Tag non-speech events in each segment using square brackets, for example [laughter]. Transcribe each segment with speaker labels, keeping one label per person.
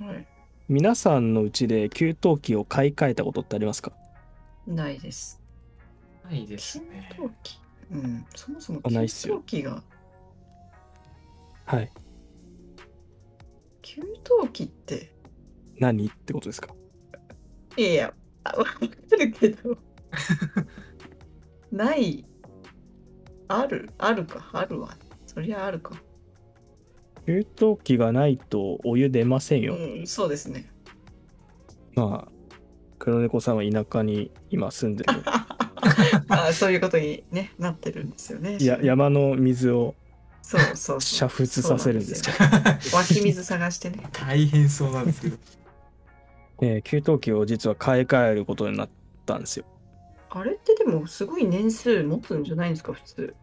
Speaker 1: はい。
Speaker 2: 皆さんのうちで給湯器を買い替えたことってありますか
Speaker 1: ないです。
Speaker 3: ないです
Speaker 1: 給
Speaker 3: ね。
Speaker 1: 湯器。うん。そもそも
Speaker 2: あ
Speaker 1: 給
Speaker 2: ない
Speaker 1: 湯
Speaker 2: っすよ
Speaker 1: 器が、
Speaker 2: はい。
Speaker 1: 給湯器って、
Speaker 2: 何ってことですか
Speaker 1: いやいや、あわかるけ
Speaker 2: [laughs]
Speaker 1: ど、ない、ある、あるか、あるわ。そりゃあるか。
Speaker 2: 給湯器がないとお湯出ませんよ。
Speaker 1: うん、そうですね。
Speaker 2: まあ、黒猫さんは田舎に今住んでる。
Speaker 1: あそういうことに、ね、なってるんですよね。
Speaker 2: いや山の水を
Speaker 1: そうそうそう。
Speaker 2: 煮沸させるんです
Speaker 1: そ
Speaker 2: け
Speaker 1: うなん
Speaker 2: [laughs]
Speaker 1: ですよ湧き水探してね。
Speaker 3: 大変そうなんですけど。
Speaker 2: えー給湯器を実は買い替えることになったんですよ。
Speaker 1: あれってでもすごい年数持つんじゃないんですか、普通。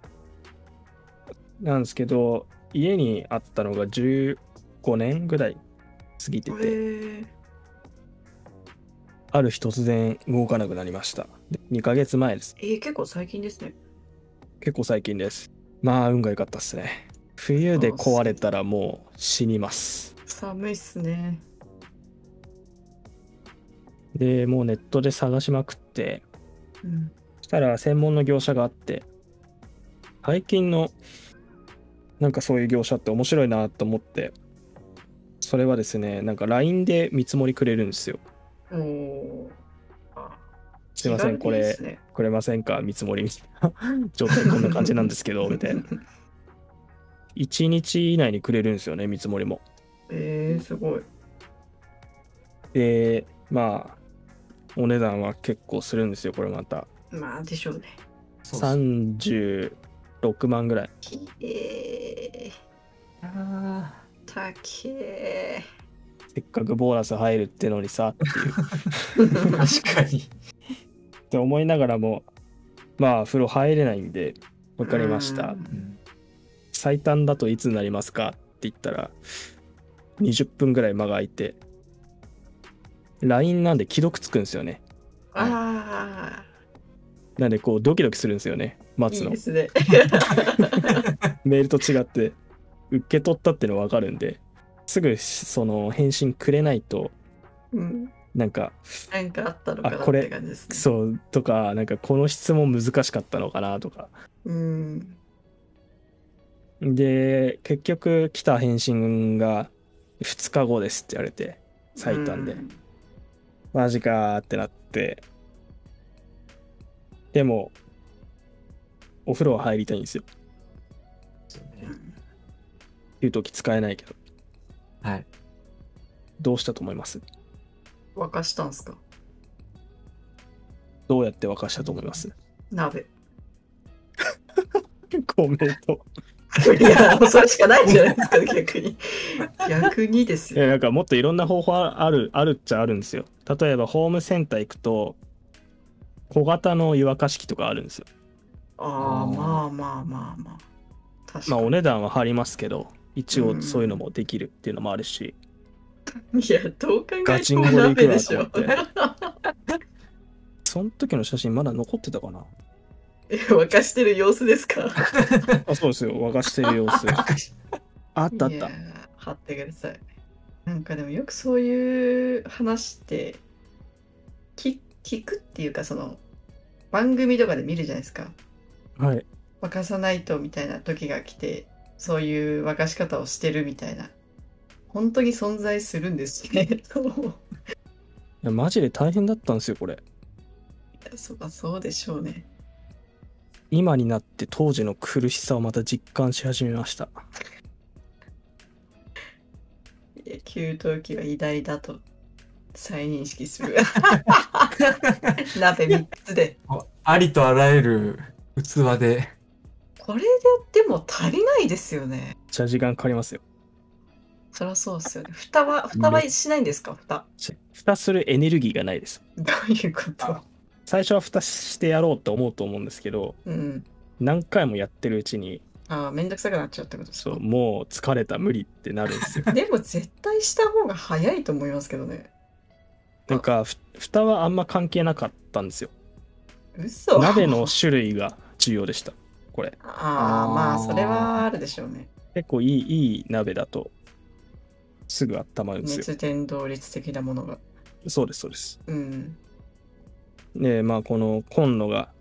Speaker 2: なんですけど、家にあったのが15年ぐらい過ぎてて、
Speaker 1: へえ。
Speaker 2: ある日突然動かなくなりました。で2ヶ月前です。
Speaker 1: えー、結構最近ですね。
Speaker 2: 結構最近です。まあ、運が良かったっすね。冬で壊れたらもう死にます。
Speaker 1: 寒いっすね。
Speaker 2: で、もうネットで探しまくって、
Speaker 1: うん。
Speaker 2: そしたら専門の業者があって、最近のなんかそういう業者って面白いなと思って、それはですね、なんか LINE で見積もりくれるんですよ。
Speaker 1: おお。あ
Speaker 2: すいません、
Speaker 1: 気
Speaker 2: こ
Speaker 1: 軽でいいっ
Speaker 2: れ
Speaker 1: すね
Speaker 2: くれませんか見積もりみたいな [laughs] 状態こんな感じなんですけどみたいな1日以内にくれるんですよね見積もりも
Speaker 1: [laughs] えー、すごい。
Speaker 2: でまあお値段は結構するんですよこれまた
Speaker 1: まあ、でしょうね。
Speaker 3: そうそう
Speaker 2: 36万ぐらい
Speaker 1: えー、
Speaker 3: あ
Speaker 1: たけ
Speaker 2: せっかくボーナス入るってのにさ
Speaker 1: ー。
Speaker 3: ー確かに。
Speaker 2: って思いながらもまあ風呂入れないんで分かりまし
Speaker 1: う
Speaker 2: た
Speaker 1: ん
Speaker 3: うん
Speaker 2: 最短だといつになりますかって言ったら20分ぐらい間が空いて LINE なんで既読つくんですよね
Speaker 1: あ
Speaker 2: なんでこうドキドキするんですよね
Speaker 1: あ、
Speaker 2: 待
Speaker 1: い
Speaker 2: つ
Speaker 1: い
Speaker 2: の
Speaker 1: ですね。
Speaker 2: メールと違って受け取ったっての分かるんですぐその返信くれないと
Speaker 1: うん、
Speaker 2: なんか
Speaker 1: なんかあったのかな
Speaker 2: あ
Speaker 1: っ
Speaker 2: これ
Speaker 1: て感じですね。
Speaker 2: そうとかなんかこの質問難しかったのかなとか
Speaker 1: うん。
Speaker 2: で結局来た返信が2日後ですって言われて最短で、
Speaker 1: うん
Speaker 2: マジかーってなってでもお風呂は入りたいんですよ
Speaker 3: そうね
Speaker 2: 給湯器使えないけど
Speaker 3: はい。
Speaker 2: どうしたと思います
Speaker 1: 沸かしたんすか
Speaker 2: どうやって沸かしたと思います
Speaker 1: 鍋。
Speaker 2: コメント
Speaker 1: いや、もうそれしかないんじゃないですか、逆に。逆にです
Speaker 2: いや
Speaker 1: よ。
Speaker 2: なんかもっといろんな方法あるあるっちゃあるんですよ例えばホームセンター行くと小型の湯沸かし器とかあるんですよ
Speaker 1: ああ、
Speaker 3: あー
Speaker 1: まあまあまあまあ。確か
Speaker 2: まあ
Speaker 1: に。
Speaker 2: お値段は張りますけど一
Speaker 1: う
Speaker 2: 応
Speaker 1: ん
Speaker 2: そういうのもできるっていうのもあるし、
Speaker 1: いや、どう考
Speaker 2: ガ
Speaker 1: え
Speaker 2: チ
Speaker 1: て
Speaker 2: ン
Speaker 1: も
Speaker 2: コでい
Speaker 1: 鍋で
Speaker 2: くわ
Speaker 1: し
Speaker 2: と
Speaker 1: ょ [laughs]
Speaker 2: 思っ。てその時の写真まだ残ってたかな
Speaker 1: え沸かしてる様子ですか
Speaker 2: あそうですよ沸かしてる様子 [laughs] あったあっ
Speaker 1: い
Speaker 2: た
Speaker 1: や貼ってください。なんかでもよくそういう話って聞聞くっていうかその番組とかで見るじゃないですか。
Speaker 2: はい
Speaker 1: 沸かさないとみたいな時が来てそういう沸かし方をしてるみたいな。本当に存在するんですね。 [laughs] そう
Speaker 2: いやマジで大変だったんですよこれ
Speaker 1: いやそりゃそうでしょうね。
Speaker 2: 今になって当時の苦しさをまた実感し始めました
Speaker 1: いや給湯器は偉大だと再認識
Speaker 2: [laughs]
Speaker 1: する。鍋3つで。
Speaker 3: ありとあらゆる器で。
Speaker 1: これででも足りないですよね。
Speaker 2: めっちゃ時間かかりますよ
Speaker 1: そりゃそうですよね。蓋は、蓋はしないんですか蓋。
Speaker 2: 蓋するエネルギーがないです
Speaker 1: どういうこと
Speaker 3: あ
Speaker 2: 最初は蓋してやろうと思うと思うんですけど
Speaker 1: うん。
Speaker 2: 何回もやってるうちに
Speaker 1: ああ、めんどくさくなっちゃうってことです
Speaker 2: そ
Speaker 1: か
Speaker 2: うもう疲れた無理ってなるんですよ
Speaker 1: でも絶対した方が早いと思いますけどね。
Speaker 2: なんかふ蓋はあんま関係なかったんですよ
Speaker 1: 嘘
Speaker 2: 鍋の種類が重要でしたこれ
Speaker 1: ああ、まあ、それはあるでしょうね。
Speaker 2: 結構いいいい鍋だとすぐ温まるんですよ。
Speaker 1: 熱伝導率的なものが。
Speaker 2: そうです、そうです。
Speaker 1: うん。 [laughs]
Speaker 2: で、まあ、このコンロが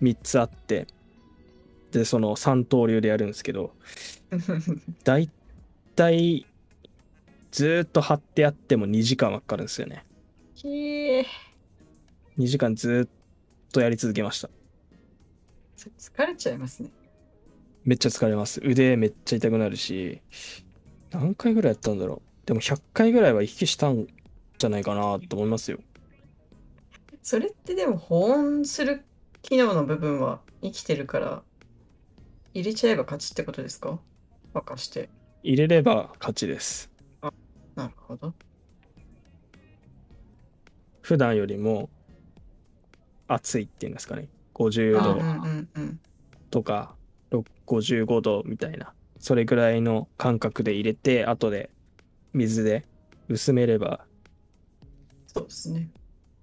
Speaker 2: 3つあって、で、その3刀流でやるんですけど、だいたいずーっと貼ってあっても2時間はかかるんですよね。
Speaker 1: へえ。
Speaker 2: 2時間ずーっとやり続けました。
Speaker 1: そ疲れちゃいますね。
Speaker 2: めっちゃ疲れます。腕めっちゃ痛くなるし、何回ぐらいやったんだろう。でも100回ぐらいは行き来したんじゃないかなと思いますよ。
Speaker 1: それってでも保温する機能の部分は生きてるから入れちゃえば勝ちってことですか沸かして。
Speaker 2: 入れれば勝ちです。
Speaker 1: なるほど。
Speaker 2: 普段よりも暑いっていうんですかね。50
Speaker 1: うん
Speaker 2: 度
Speaker 1: うんうん
Speaker 2: とか6 55度みたいなそれぐらいの感覚で入れて後で水で薄めれば
Speaker 1: そうですね。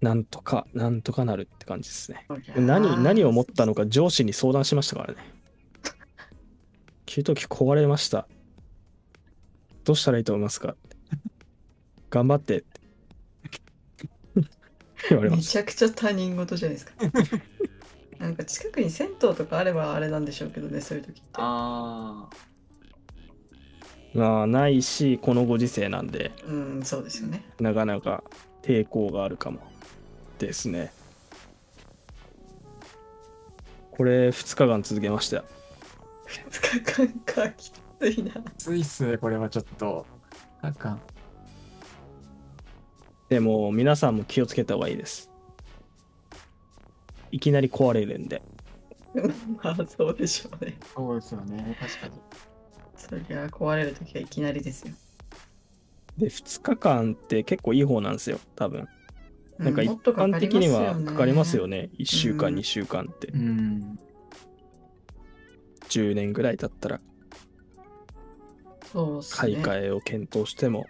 Speaker 2: なんとかなんとかなるって感じですね
Speaker 1: あー
Speaker 2: 何何を思ったのか上司に相談しましたからね給湯器壊れましたどうしたらいいと思いますか頑張ってって [laughs] 言われま
Speaker 1: め
Speaker 2: し
Speaker 1: ちゃくちゃ他人事じゃないですか。 [laughs] なんか近くに銭湯とかあればあれなんでしょうけどね、そういう時って。
Speaker 3: あ
Speaker 2: たまあないしこのご時世なんで
Speaker 1: うん、そうですよね。 [laughs]
Speaker 2: なかなか抵抗があるかもですねこれ2日間続けましたよ
Speaker 1: 2日間か、きついな。 [laughs]
Speaker 3: あ。ついっすね、これはちょっと。なんか、
Speaker 2: でも皆さんも気をつけた方がいいですいきなり壊れるんで
Speaker 1: まあ、そうでしょうね。
Speaker 3: そうですよね、確かに。
Speaker 1: そりゃ壊れる時はいきなりですよ。
Speaker 2: で2日間って結構いい方なんですよ多分
Speaker 1: う
Speaker 2: なんか一
Speaker 1: もっと
Speaker 2: 般的にはかかりますよ
Speaker 1: ね。
Speaker 2: ね1週間
Speaker 1: うん
Speaker 2: 2週間って
Speaker 3: うん。
Speaker 2: 10年ぐらい経ったら
Speaker 1: そうっす
Speaker 2: 買い
Speaker 1: ね。
Speaker 2: 替えを検討しても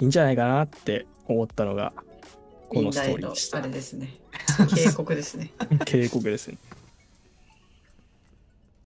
Speaker 2: いいんじゃないかなって思ったのがこのストーリーでし
Speaker 1: あ
Speaker 2: た
Speaker 1: れですね。警告ですね。
Speaker 2: 警告ですね